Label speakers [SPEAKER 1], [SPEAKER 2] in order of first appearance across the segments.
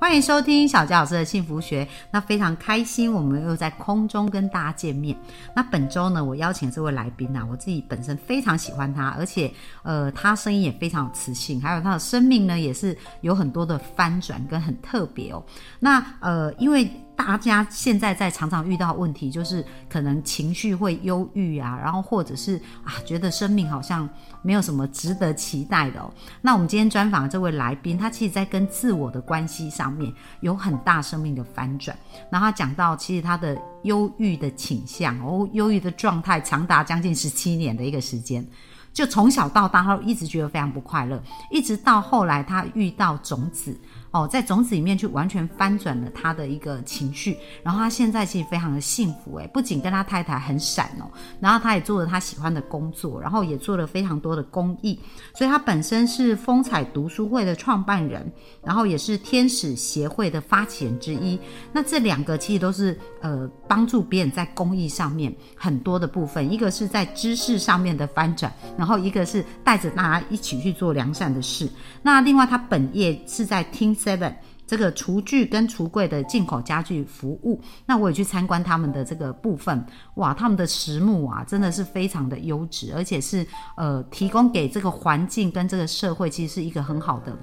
[SPEAKER 1] 欢迎收听小佳老师的幸福学。那非常开心，我们又在空中跟大家见面。那本周呢，我邀请这位来宾啊，我自己本身非常喜欢他，而且呃，他声音也非常有磁性，还有他的生命呢，也是有很多的翻转跟很特别哦。那呃，因为大家现在在常常遇到问题，就是可能情绪会忧郁啊，然后或者是啊，觉得生命好像没有什么值得期待的哦。那我们今天专访的这位来宾，他其实在跟自我的关系上面有很大生命的翻转。然后他讲到，其实他的忧郁的倾向哦，忧郁的状态长达将近十七年的一个时间。就从小到大，他一直觉得非常不快乐，一直到后来他遇到种子哦，在种子里面去完全翻转了他的一个情绪，然后他现在其实非常的幸福哎诶，不仅跟他太太很闪哦，然后他也做了他喜欢的工作，然后也做了非常多的公益，所以他本身是风采读书会的创办人，然后也是天使协会的发起人之一。那这两个其实都是呃帮助别人在公益上面很多的部分，一个是在知识上面的翻转，然后一个是带着大家一起去做良善的事。那另外，他本业是在 Team Seven。这个厨具跟橱柜的进口家具服务，那我也去参观他们的这个部分，哇，他们的实木啊，真的是非常的优质，而且是呃，提供给这个环境跟这个社会，其实是一个很好的。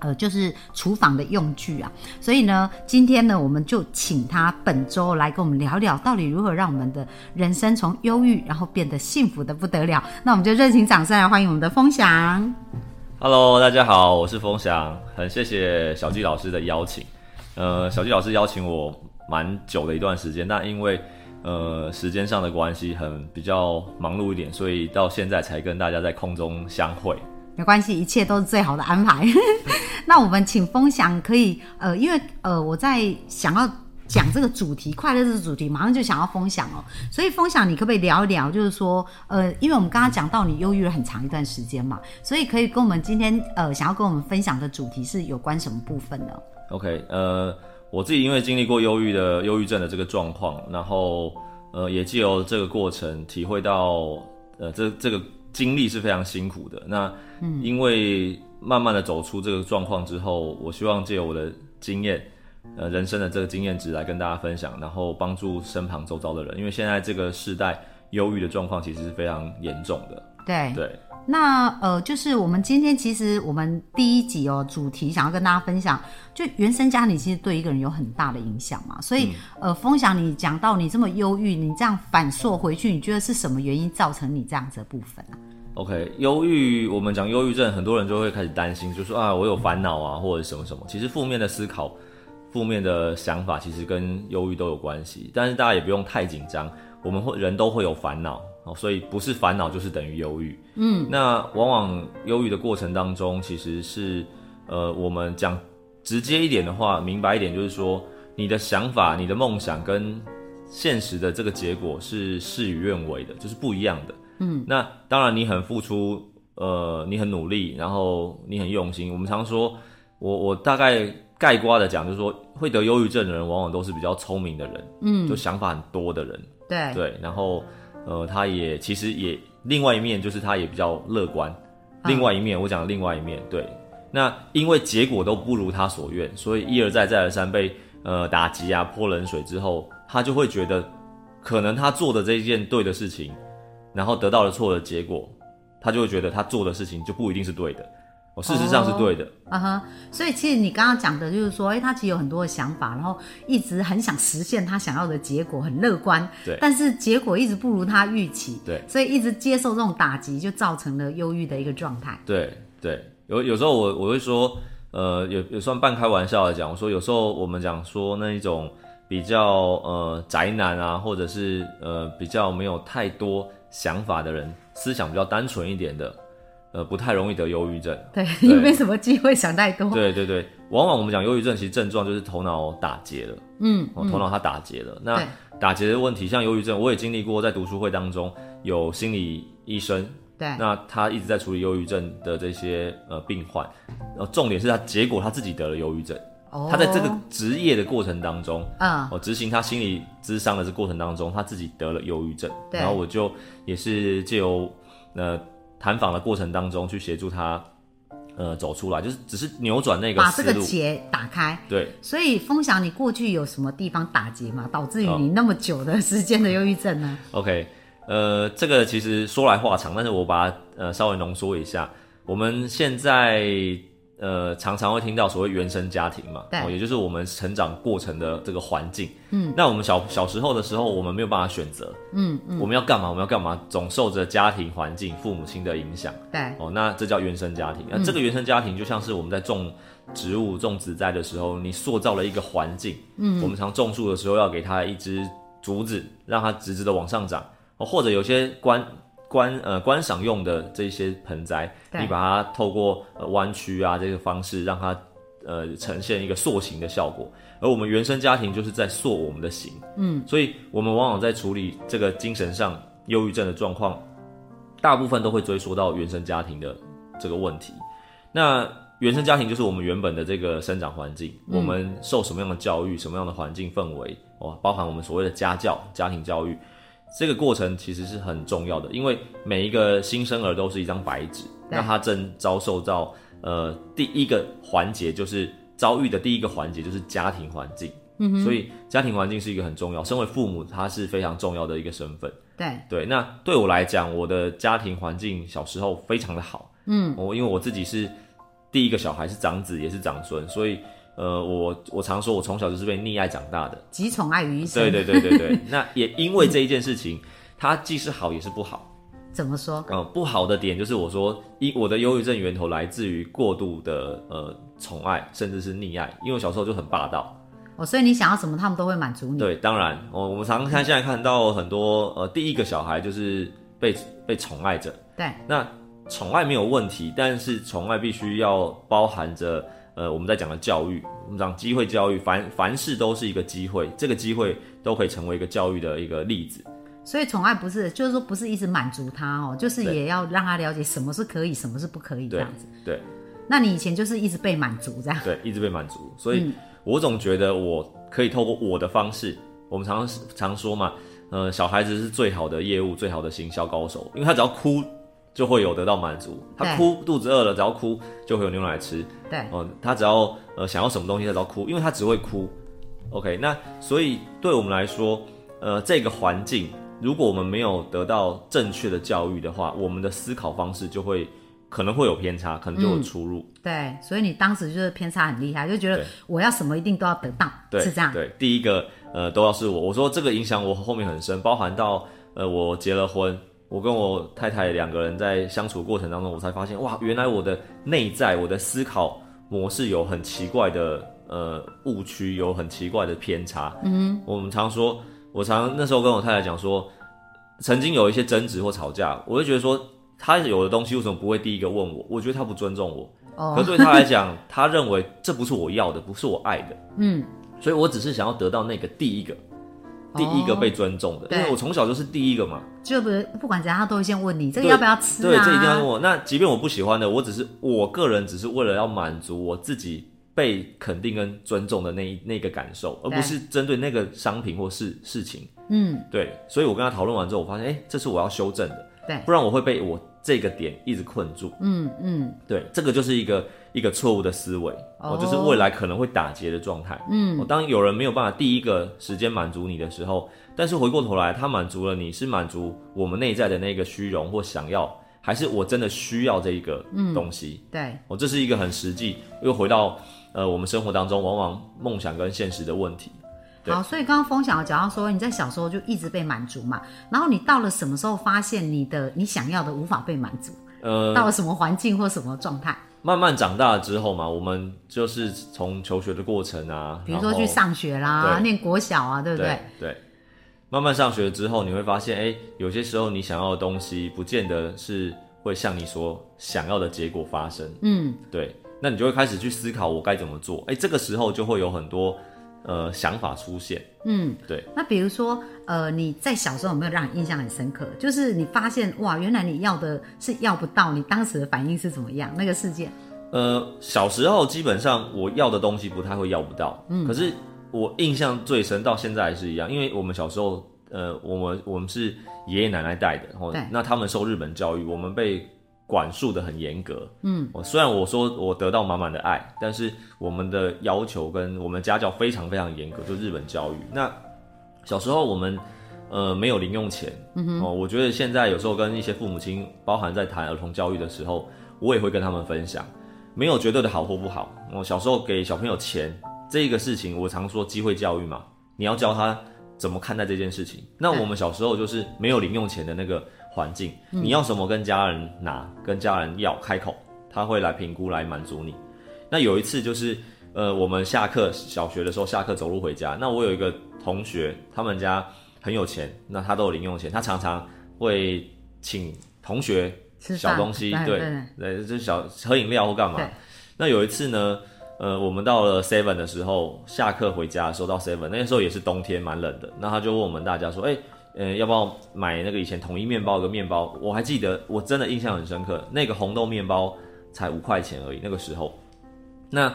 [SPEAKER 1] 呃，就是厨房的用具啊，所以呢，今天呢，我们就请他本周来跟我们聊聊，到底如何让我们的人生从忧郁，然后变得幸福的不得了。那我们就热情掌声来欢迎我们的风翔。
[SPEAKER 2] Hello，大家好，我是风翔，很谢谢小纪老师的邀请。呃，小纪老师邀请我蛮久的一段时间，那因为呃时间上的关系，很比较忙碌一点，所以到现在才跟大家在空中相会。
[SPEAKER 1] 没关系，一切都是最好的安排。 那我们请风翔可以，呃，因为呃，我在想要讲这个主题，快乐这个主题，马上就想要风翔哦。所以风翔，你可不可以聊一聊，就是说，呃，因为我们刚刚讲到你忧郁了很长一段时间嘛，所以可以跟我们今天呃想要跟我们分享的主题是有关什么部分呢？
[SPEAKER 2] OK，呃，我自己因为经历过忧郁的忧郁症的这个状况，然后呃也借由这个过程体会到，呃，这这个经历是非常辛苦的。那因为慢慢的走出这个状况之后，我希望借由我的经验，呃，人生的这个经验值来跟大家分享，然后帮助身旁周遭的人，因为现在这个世代忧郁的状况其实是非常严重的。
[SPEAKER 1] 对，
[SPEAKER 2] 对，
[SPEAKER 1] 那呃，就是我们今天其实我们第一集哦，主题想要跟大家分享，就原生家庭其实对一个人有很大的影响嘛。所以、
[SPEAKER 2] 嗯
[SPEAKER 1] 呃，风翔，你讲到你这么忧郁，你这样反溯回去，你觉得是什么原因造成你这样子的部分啊？
[SPEAKER 2] OK，忧郁，我们讲忧郁症，很多人就会开始担心，就说啊，我有烦恼啊，或者什么什么。其实负面的思考、负面的想法，其实跟忧郁都有关系。但是大家也不用太紧张，我们会人都会有烦恼，哦，所以不是烦恼就是等于忧郁。嗯，那往往忧郁的过程当中，其实是呃，我们讲直接一点的话，明白一点，就是说你的想法、你的梦想跟现实的这个结果是事与愿违的，就是不一样的。那当然，你很付出，呃，你很努力，然后你很用心。我们常说，我我大概概括的讲，就是说，会得忧郁症的人，往往都是比较聪明的人，嗯，就想法很多的人，
[SPEAKER 1] 对，
[SPEAKER 2] 对。然后，呃，他也其实也另外一面就是他也比较乐观，另外一面、我讲另外一面，对。那因为结果都不如他所愿，所以一而再再而三被呃打击啊泼冷水之后，他就会觉得，可能他做的这一件对的事情，然后得到了错的结果，他就会觉得他做的事情就不一定是对的，哦，事实上是对的，
[SPEAKER 1] 嗯哼，所以其实你刚刚讲的就是说，哎、他其实有很多的想法，然后一直很想实现他想要的结果，很乐观，
[SPEAKER 2] 对
[SPEAKER 1] 但是结果一直不如他预期，
[SPEAKER 2] 对
[SPEAKER 1] 所以一直接受这种打击，就造成了忧郁的一个状态。
[SPEAKER 2] 对对，有有时候我我会说，呃，也也算半开玩笑的讲，我说有时候我们讲说那一种比较呃宅男啊，或者是呃比较没有太多想法的人，思想比较单纯一点的，呃，不太容易得忧郁症。
[SPEAKER 1] 对，
[SPEAKER 2] 对
[SPEAKER 1] 你没什么机会想太多。
[SPEAKER 2] 对对对，往往我们讲忧郁症，其实症状就是头脑打结了，
[SPEAKER 1] 嗯，
[SPEAKER 2] 哦，头脑它打结了。那
[SPEAKER 1] 对
[SPEAKER 2] 打结的问题，像忧郁症，我也经历过，在读书会当中有心理医生，
[SPEAKER 1] 对，
[SPEAKER 2] 那他一直在处理忧郁症的这些呃病患，然后重点是他结果他自己得了忧郁症，
[SPEAKER 1] 哦
[SPEAKER 2] 他在这个职业的过程当中，哦
[SPEAKER 1] 嗯
[SPEAKER 2] 我执行他心理咨商的这过程当中，他自己得了忧郁症，
[SPEAKER 1] 对
[SPEAKER 2] 然后我就也是借由呃谈访的过程当中去协助他，呃走出来，就是只是扭转那个
[SPEAKER 1] 把这
[SPEAKER 2] 思
[SPEAKER 1] 个
[SPEAKER 2] 路，
[SPEAKER 1] 结打开。
[SPEAKER 2] 对，
[SPEAKER 1] 所以，风翔，你过去有什么地方打结吗？导致于你那么久的时间的忧郁症呢？
[SPEAKER 2] OK，呃，这个其实说来话长，但是我把它呃稍微浓缩一下。我们现在呃常常会听到所谓原生家庭嘛，
[SPEAKER 1] 对
[SPEAKER 2] 哦，也就是我们成长过程的这个环境。嗯，那我们小小时候的时候，我们没有办法选择，
[SPEAKER 1] 嗯嗯，
[SPEAKER 2] 我们要干嘛，我们要干嘛，总受着家庭环境、父母亲的影响。
[SPEAKER 1] 对，
[SPEAKER 2] 哦，那这叫原生家庭。那这个原生家庭就像是我们在种植物、种植栽的时候，你塑造了一个环境。嗯，我们常种树的时候，要给它一支竹子，让它直直的往上长。哦，或者有些观观呃观赏用的这些盆栽，
[SPEAKER 1] 对
[SPEAKER 2] 你把它透过、呃、弯曲啊这个方式，让它呃呈现一个塑形的效果。而我们原生家庭就是在塑我们的形。嗯，所以我们往往在处理这个精神上忧郁症的状况。大部分都会追溯到原生家庭的这个问题。那原生家庭就是我们原本的这个生长环境，我们受什么样的教育，什么样的环境氛围，哦，包含我们所谓的家教、家庭教育，这个过程其实是很重要的，因为每一个新生儿都是一张白纸，
[SPEAKER 1] 对
[SPEAKER 2] 那他正遭受到呃第一个环节就是遭遇的第一个环节就是家庭环境，嗯、所以家庭环境是一个很重要，身为父母他是非常重要的一个身份。
[SPEAKER 1] 对，
[SPEAKER 2] 对，那对我来讲，我的家庭环境小时候非常的好，嗯，我因为我自己是第一个小孩，是长子也是长孙，所以呃，我我常说我从小就是被溺爱长大的，
[SPEAKER 1] 极宠爱于一身。
[SPEAKER 2] 对对对对对。那也因为这一件事情，它既是好也是不好。
[SPEAKER 1] 怎么说？
[SPEAKER 2] 呃，不好的点就是我说，因我的忧郁症源头来自于过度的呃宠爱，甚至是溺爱，因为我小时候就很霸道，
[SPEAKER 1] 哦，所以你想要什么，他们都会满足你。
[SPEAKER 2] 对，当然，哦我、我们常常现在看到很多呃，第一个小孩就是被被宠爱着。
[SPEAKER 1] 对，
[SPEAKER 2] 那宠爱没有问题，但是宠爱必须要包含着呃我们在讲的教育，我们讲机会教育，凡凡事都是一个机会，这个机会都可以成为一个教育的一个例子。
[SPEAKER 1] 所以宠爱不是，就是说不是一直满足他哦，就是
[SPEAKER 2] 对
[SPEAKER 1] 也要让他了解什么是可以，什么是不可以这
[SPEAKER 2] 对
[SPEAKER 1] 样子。
[SPEAKER 2] 对
[SPEAKER 1] 那你以前就是一直被满足这样，
[SPEAKER 2] 对，一直被满足，所
[SPEAKER 1] 嗯
[SPEAKER 2] 以我总觉得我可以透过我的方式，我们常常说嘛，呃，小孩子是最好的业务，最好的行销高手，因为他只要哭。就会有得到满足，他
[SPEAKER 1] 对
[SPEAKER 2] 哭肚子饿了，只要哭就会有牛奶吃，
[SPEAKER 1] 对，
[SPEAKER 2] 哦，他只要呃想要什么东西，他只要哭，因为他只会哭。OK，那所以对我们来说，呃，这个环境，如果我们没有得到正确的教育的话，我们的思考方式就会可能会有偏差，可能
[SPEAKER 1] 嗯
[SPEAKER 2] 就有出入。
[SPEAKER 1] 对，所以你当时就是偏差很厉害，就觉得
[SPEAKER 2] 对
[SPEAKER 1] 我要什么一定都要得到，
[SPEAKER 2] 对，
[SPEAKER 1] 是这样。
[SPEAKER 2] 对，第一个呃都要是我，我说这个影响我后面很深，包含到呃我结了婚。我跟我太太两个人在相处过程当中，我才发现哇，原来我的内在、我的思考模式有很奇怪的呃误区，有很奇怪的偏差。嗯，我们常说，我常那时候跟我太太讲说，曾经有一些争执或吵架，我就觉得说，他有的东西为什么不会第一个问我？我觉得他不尊重我。可
[SPEAKER 1] 哦，
[SPEAKER 2] 对他来讲，他认为这不是我要的，不是我爱的。
[SPEAKER 1] 嗯，
[SPEAKER 2] 所以我只是想要得到那个第一个，第一个被尊重
[SPEAKER 1] 哦
[SPEAKER 2] 的，
[SPEAKER 1] 对
[SPEAKER 2] 因为我从小就是第一个嘛。
[SPEAKER 1] 就不不管怎样，他都会先问你这个
[SPEAKER 2] 对
[SPEAKER 1] 要不要吃啊？
[SPEAKER 2] 对，这一定要问我。那即便我不喜欢的，我只是我个人只是为了要满足我自己被肯定跟尊重的那一那个感受，而
[SPEAKER 1] 对
[SPEAKER 2] 不是针对那个商品或事事情。
[SPEAKER 1] 嗯，
[SPEAKER 2] 对，所以我跟他讨论完之后，我发现，哎，这是我要修正的，
[SPEAKER 1] 对
[SPEAKER 2] 不然我会被我这个点一直困住。
[SPEAKER 1] 嗯嗯，
[SPEAKER 2] 对，这个就是一个一个错误的思维，哦，
[SPEAKER 1] 哦
[SPEAKER 2] 就是未来可能会打结的状态。嗯、当有人没有办法第一个时间满足你的时候，但是回过头来，他满足了你，是满足我们内在的那个虚荣或想要，还是我真的需要这一个
[SPEAKER 1] 嗯
[SPEAKER 2] 东西？
[SPEAKER 1] 对
[SPEAKER 2] 哦，这是一个很实际，又回到呃我们生活当中，往往梦想跟现实的问题。对
[SPEAKER 1] 好，所以刚刚风想有讲到说，你在小时候就一直被满足嘛，然后你到了什么时候发现你的你想要的无法被满足？
[SPEAKER 2] 呃，
[SPEAKER 1] 到了什么环境或什么状态？
[SPEAKER 2] 慢慢长大之后嘛，我们就是从求学的过程啊，
[SPEAKER 1] 比如
[SPEAKER 2] 然
[SPEAKER 1] 说
[SPEAKER 2] 后
[SPEAKER 1] 去上学啦，
[SPEAKER 2] 对
[SPEAKER 1] 念国小啊，对不对？
[SPEAKER 2] 对。慢慢上学之后，你会发现，哎、有些时候你想要的东西，不见得是会像你所想要的结果发生。
[SPEAKER 1] 嗯，
[SPEAKER 2] 对，那你就会开始去思考我该怎么做。哎、这个时候就会有很多呃想法出现。
[SPEAKER 1] 嗯，
[SPEAKER 2] 对。
[SPEAKER 1] 那比如说，呃，你在小时候有没有让你印象很深刻？就是你发现哇，原来你要的是要不到，你当时的反应是怎么样？那个事件，
[SPEAKER 2] 呃，小时候基本上我要的东西不太会要不到，嗯，可是我印象最深到现在还是一样，因为我们小时候，呃，我们我们是爷爷奶奶带的，哦
[SPEAKER 1] 对，
[SPEAKER 2] 那他们受日本教育，我们被管束的很严格，嗯，我虽然我说我得到满满的爱，但是我们的要求跟我们家教非常非常严格，就日本教育。那小时候我们。呃，没有零用钱，嗯哼，哦，我觉得现在有时候跟一些父母亲，包含在谈儿童教育的时候，我也会跟他们分享，没有绝对的好或不好。我小时候给小朋友钱这个事情，我常说机会教育嘛，你要教他怎么看待这件事情。那
[SPEAKER 1] 对
[SPEAKER 2] 我们小时候就是没有零用钱的那个环境，你要什么跟家人拿，跟家人要开口，他会来评估来满足你。那有一次就是，呃，我们下课小学的时候下课走路回家，那我有一个同学，他们家很有钱，那他都有零用钱，他常常会请同学
[SPEAKER 1] 吃饭
[SPEAKER 2] 小东西，
[SPEAKER 1] 对
[SPEAKER 2] 对
[SPEAKER 1] 对
[SPEAKER 2] 对，就是小喝饮料或干嘛
[SPEAKER 1] 对。
[SPEAKER 2] 那有一次呢，呃，我们到了 Seven 的时候，下课回家的时候到 Seven，那时候也是冬天，蛮冷的。那他就问我们大家说，哎、呃，要不要买那个以前统一面包有个面包？我还记得，我真的印象很深刻，那个红豆面包才五块钱而已，那个时候。那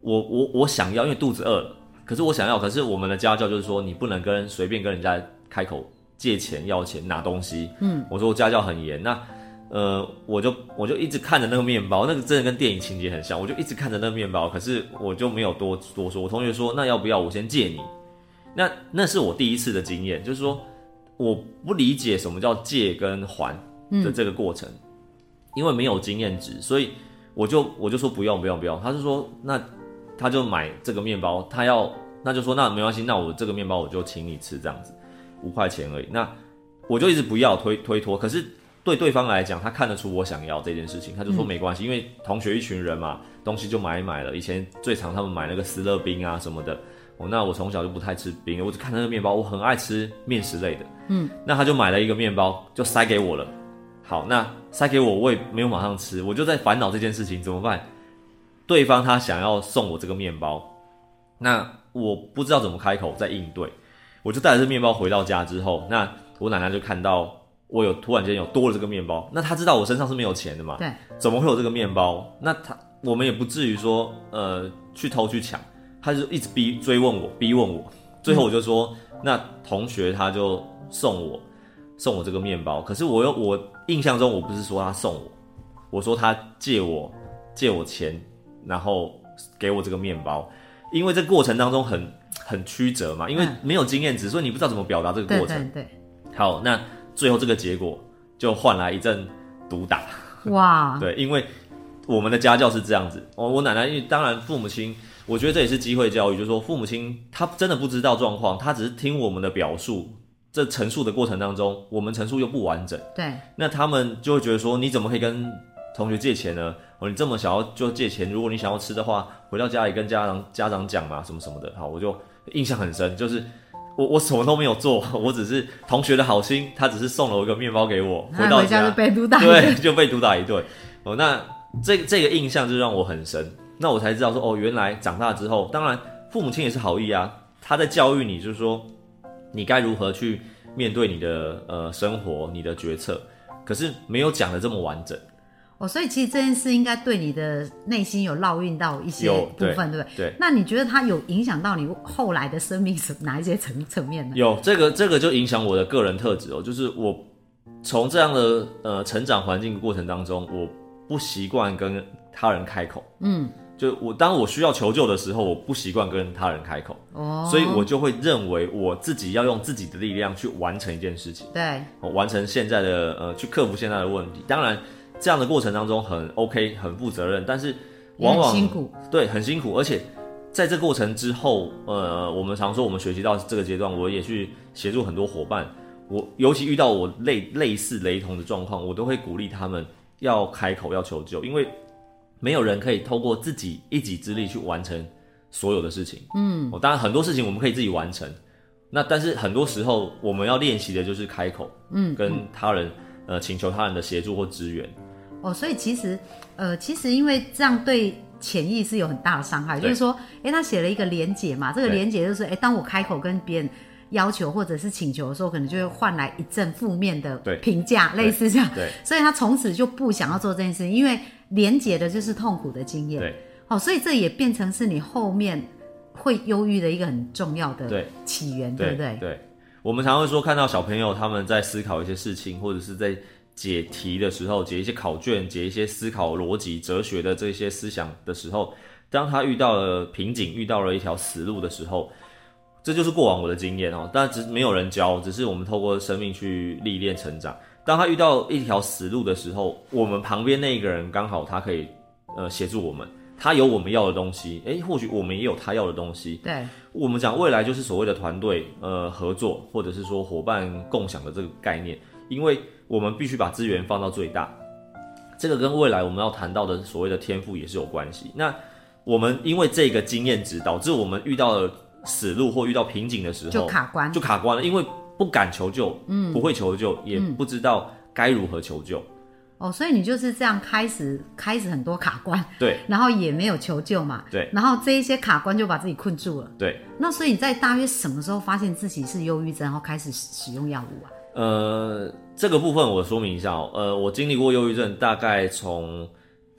[SPEAKER 2] 我我我想要，因为肚子饿了，可是我想要，可是我们的家教就是说，你不能跟随便跟人家开口借钱、要钱、拿东西。嗯，我说我家教很严，那呃，我就我就一直看着那个面包，那个真的跟电影情节很像，我就一直看着那个面包，可是我就没有多多说。我同学说，那要不要我先借你？那那是我第一次的经验，就是说我不理解什么叫借跟还的这个过程，因为没有经验值，所以我就我就说不用不用不用，他就说那他就买这个面包，他要那就说那没关系，那我这个面包我就请你吃这样子，五块钱而已。那我就一直不要推推脱，可是对对方来讲，他看得出我想要这件事情，他就说没关系，因为同学一群人嘛，东西就买一买了。以前最常他们买那个斯乐冰啊什么的，哦，那我从小就不太吃冰，我只看那个面包，我很爱吃面食类的，嗯，那他就买了一个面包，就塞给我了。好，那塞给我，我也没有马上吃，我就在烦恼这件事情怎么办？对方他想要送我这个面包，那我不知道怎么开口在应对，我就带着这面包回到家之后，那我奶奶就看到我有突然间有多了这个面包，那她知道我身上是没有钱的嘛，
[SPEAKER 1] 对，
[SPEAKER 2] 怎么会有这个面包？那她我们也不至于说呃去偷去抢，她就一直逼追问我，逼问我，最后我就说、那同学他就送我送我这个面包，可是我又我印象中我不是说他送我，我说他借我借我钱，然后给我这个面包，因为这过程当中很很曲折嘛，因为
[SPEAKER 1] 嗯
[SPEAKER 2] 没有经验值，所以你不知道怎么表达这个
[SPEAKER 1] 对
[SPEAKER 2] 过程。
[SPEAKER 1] 对对，
[SPEAKER 2] 好，那最后这个结果就换来一阵毒打。
[SPEAKER 1] 哇，
[SPEAKER 2] 对，因为我们的家教是这样子。哦我我奶奶，因为当然父母亲，我觉得这也是机会教育，就是说父母亲他真的不知道状况，他只是听我们的表述，这陈述的过程当中，我们陈述又不完整，
[SPEAKER 1] 对
[SPEAKER 2] 那他们就会觉得说，你怎么可以跟同学借钱呢？哦，你这么想要就借钱，如果你想要吃的话，回到家里跟家长家长讲嘛，什么什么的。好，我就印象很深，就是我我什么都没有做，我只是同学的好心，他只是送了我一个面包给我，回
[SPEAKER 1] 那
[SPEAKER 2] 到
[SPEAKER 1] 回家就被毒打，
[SPEAKER 2] 对， 就被毒打一顿。哦，那这这个印象就让我很深。那我才知道说，哦，原来长大之后，当然父母亲也是好意啊，他在教育你，就是说你该如何去面对你的呃生活、你的决策，可是没有讲的这么完整。
[SPEAKER 1] 哦，所以其实这件事应该对你的内心有烙印到一些
[SPEAKER 2] 有
[SPEAKER 1] 部
[SPEAKER 2] 对
[SPEAKER 1] 分，对不对？
[SPEAKER 2] 对
[SPEAKER 1] 那你觉得它有影响到你后来的生命 是哪一些层层面呢？
[SPEAKER 2] 有这个这个就影响我的个人特质哦，就是我从这样的呃成长环境过程当中，我不习惯跟他人开口。嗯，就我当我需要求救的时候，我不习惯跟他人开口。
[SPEAKER 1] 哦，
[SPEAKER 2] 所以我就会认为我自己要用自己的力量去完成一件事情，
[SPEAKER 1] 对
[SPEAKER 2] 哦完成现在的呃，去克服现在的问题。当然，这样的过程当中很 OK，很负责任，但是
[SPEAKER 1] 也
[SPEAKER 2] 往
[SPEAKER 1] 很
[SPEAKER 2] 往
[SPEAKER 1] 辛苦，
[SPEAKER 2] 对很辛苦，而且在这过程之后，呃，我们常说我们学习到这个阶段，我也去协助很多伙伴，我尤其遇到我类类似雷同的状况，我都会鼓励他们要开口要求救，因为没有人可以透过自己一己之力去完成所有的事情。嗯，哦、当然很多事情我们可以自己完成，那但是很多时候嗯我们要练习的就是开口，嗯，跟他人呃请求他人的协助或支援。
[SPEAKER 1] 哦，所以其实，呃，其实因为这样对潜意识有很大的伤害，就
[SPEAKER 2] 对
[SPEAKER 1] 是说，哎，他写了一个连结嘛，这个
[SPEAKER 2] 对
[SPEAKER 1] 连结就是，哎，当我开口跟别人要求或者是请求的时候，可能就会换来一阵负面的
[SPEAKER 2] 对
[SPEAKER 1] 评价，类似这样，
[SPEAKER 2] 对
[SPEAKER 1] 所以他从此就不想要做这件事，因为连结的就是痛苦的经验，
[SPEAKER 2] 对
[SPEAKER 1] 哦，所以这也变成是你后面会忧郁的一个很重要的
[SPEAKER 2] 对
[SPEAKER 1] 起源，
[SPEAKER 2] 对
[SPEAKER 1] 不对？
[SPEAKER 2] 我们常会说看到小朋友他们在思考一些事情，或者是在解题的时候，解一些考卷，解一些思考逻辑、哲学的这些思想的时候，当他遇到了瓶颈，遇到了一条死路的时候，这就是过往我的经验哦。但只没有人教，只是我们透过生命去历练成长。当他遇到一条死路的时候，我们旁边那一个人刚好他可以呃协助我们，他有我们要的东西，诶，或许我们也有他要的东西，
[SPEAKER 1] 对，
[SPEAKER 2] 我们讲未来就是所谓的团队呃合作，或者是说伙伴共享的这个概念，因为我们必须把资源放到最大，这个跟未来我们要谈到的所谓的天赋也是有关系。那我们因为这个经验值，导致我们遇到了死路或遇到瓶颈的时候，
[SPEAKER 1] 就卡关，
[SPEAKER 2] 就卡关了，因为不敢求救，嗯，不会求救，也不知道该如何求救，
[SPEAKER 1] 哦，所以你就是这样开始开始很多卡关，
[SPEAKER 2] 对
[SPEAKER 1] 然后也没有求救嘛，
[SPEAKER 2] 对
[SPEAKER 1] 然后这一些卡关就把自己困住了。
[SPEAKER 2] 对。
[SPEAKER 1] 那所以你在大约什么时候发现自己是忧郁症，然后开始使使用药物啊？
[SPEAKER 2] 呃，这个部分我说明一下哦。呃，我经历过忧郁症，大概从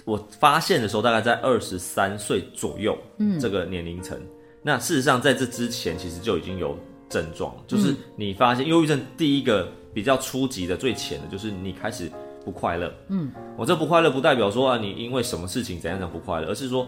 [SPEAKER 2] 我发现的时候，大概在二十三岁左右，嗯，这个年龄层。那事实上，在这之前，其实就已经有症状，
[SPEAKER 1] 嗯
[SPEAKER 2] 就是你发现忧郁症第一个比较初级的、最浅的，就是你开始不快乐。嗯，我这不快乐不代表说啊，你因为什么事情怎样怎样不快乐，而是说，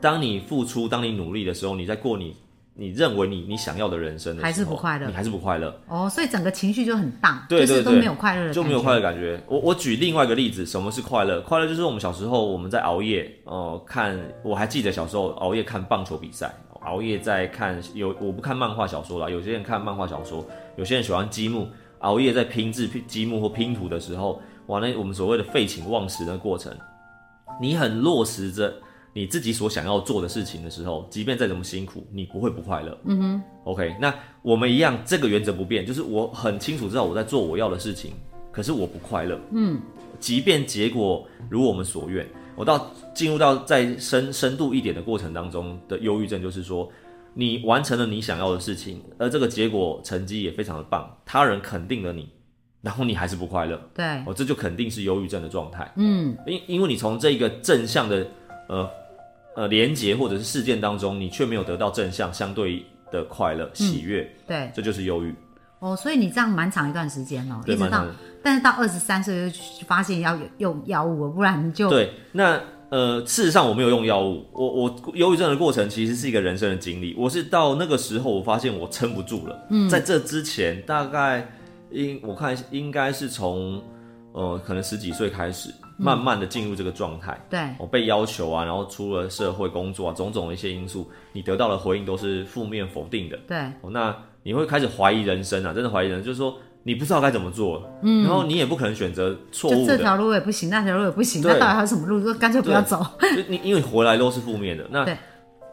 [SPEAKER 2] 当你付出、当你努力的时候，你在过你你认为你你想要的人生的时候，
[SPEAKER 1] 还是不快乐
[SPEAKER 2] 你还是不快乐。
[SPEAKER 1] 哦，所以整个情绪就很荡，
[SPEAKER 2] 对
[SPEAKER 1] 就是
[SPEAKER 2] 对
[SPEAKER 1] 都
[SPEAKER 2] 对
[SPEAKER 1] 没有快乐的，
[SPEAKER 2] 就没有快乐。感觉。我我举另外一个例子，什么是快乐？快乐就是我们小时候我们在熬夜，呃，看我还记得小时候熬夜看棒球比赛，熬夜在看有我不看漫画小说啦，有些人看漫画小说，有些人喜欢积木，熬夜在拼字拼积木或拼图的时候，哇，那我们所谓的废寝忘食的过程，你很落实着。你自己所想要做的事情的时候，即便再怎么辛苦，你不会不快乐。嗯哼，OK，那我们一样，这个原则不变，就是我很清楚知道我在做我要的事情，可是我不快乐。嗯，即便结果如我们所愿，我到进入到在深深度一点的过程当中的忧郁症，就是说你完成了你想要的事情，而这个结果成绩也非常的棒，他人肯定了你，然后你还是不快乐，
[SPEAKER 1] 对，
[SPEAKER 2] 哦，这就肯定是忧郁症的状态。
[SPEAKER 1] 嗯，
[SPEAKER 2] 因因为你从这个正向的呃呃连接或者是事件当中，你却没有得到正向相对的快乐喜悦，
[SPEAKER 1] 对，
[SPEAKER 2] 这就是忧郁。
[SPEAKER 1] 哦，所以你这样蛮长一段时间哦，
[SPEAKER 2] 对
[SPEAKER 1] 一直
[SPEAKER 2] 蛮
[SPEAKER 1] 到
[SPEAKER 2] 长的，
[SPEAKER 1] 但是到二十三岁就发现要用药物了，不然你就
[SPEAKER 2] 对，那呃，事实上我没有用药物，我我忧郁症的过程其实是一个人生的经历。我是到那个时候，我发现我撑不住了。嗯，在这之前，大概应我看应该是从呃可能十几岁开始，慢慢的进入这个状态。
[SPEAKER 1] 对
[SPEAKER 2] 我被要求啊，然后出了社会工作啊，种种的一些因素，你得到的回应都是负面否定的。
[SPEAKER 1] 对
[SPEAKER 2] 哦，那你会开始怀疑人生啊，真的怀疑人生，就是说你不知道该怎么做，嗯，然后你也不可能选择错
[SPEAKER 1] 就
[SPEAKER 2] 误
[SPEAKER 1] 这
[SPEAKER 2] 的，
[SPEAKER 1] 条路也不行，那条路也不行，
[SPEAKER 2] 对
[SPEAKER 1] 那到底还有什么路？就干脆不要
[SPEAKER 2] 对
[SPEAKER 1] 走。
[SPEAKER 2] 就你因为你回来都是负面的，那
[SPEAKER 1] 对嗯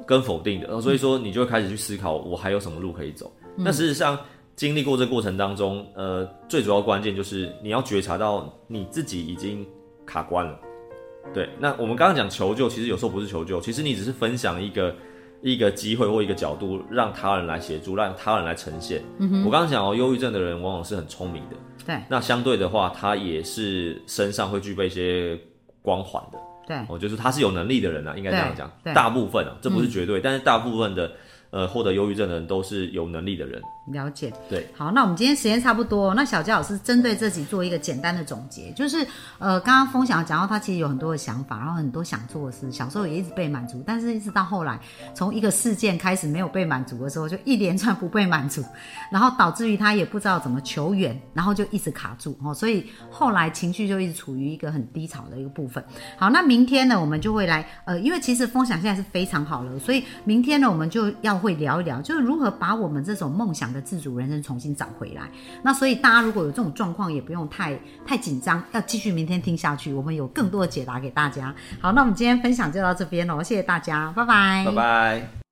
[SPEAKER 2] 跟否定的，所以说你就会开始去思考我还有什么路可以走。那事实上经历过这过程当中，呃，最主要关键就是你要觉察到你自己已经卡关了。对，那我们刚刚讲求救，其实有时候不是求救，其实你只是分享一个一个机会或一个角度，让他人来协助，让他人来呈现。我刚刚讲哦，忧郁症的人往往是很聪明的，
[SPEAKER 1] 嗯对
[SPEAKER 2] 那相对的话，他也是身上会具备一些光环的。
[SPEAKER 1] 对
[SPEAKER 2] 哦，就是他是有能力的人啊，应该这样讲
[SPEAKER 1] 对对，嗯
[SPEAKER 2] 大部分啊，这不是绝对，但是大部分的呃获得忧郁症的人都是有能力的人，
[SPEAKER 1] 了解，
[SPEAKER 2] 对，
[SPEAKER 1] 好，那我们今天时间差不多，那小佳老师针对这集做一个简单的总结，就是呃，刚刚风翔讲到他其实有很多的想法，然后很多想做的事，小时候也一直被满足，但是一直到后来，从一个事件开始没有被满足的时候，就一连串不被满足，然后导致于他也不知道怎么求援，然后就一直卡住哦，所以后来情绪就一直处于一个很低潮的一个部分。好，那明天呢，我们就会来呃，因为其实风想现在是非常好了，所以明天呢，我们就要会聊一聊，就是如何把我们这种梦想的自主人生重新找回来。那所以大家如果有这种状况，也不用太太紧张，要继续明天听下去，我们哦有更多的解答给大家。好，那我们今天分享就到这边喽，谢谢大家，拜拜，
[SPEAKER 2] 拜拜。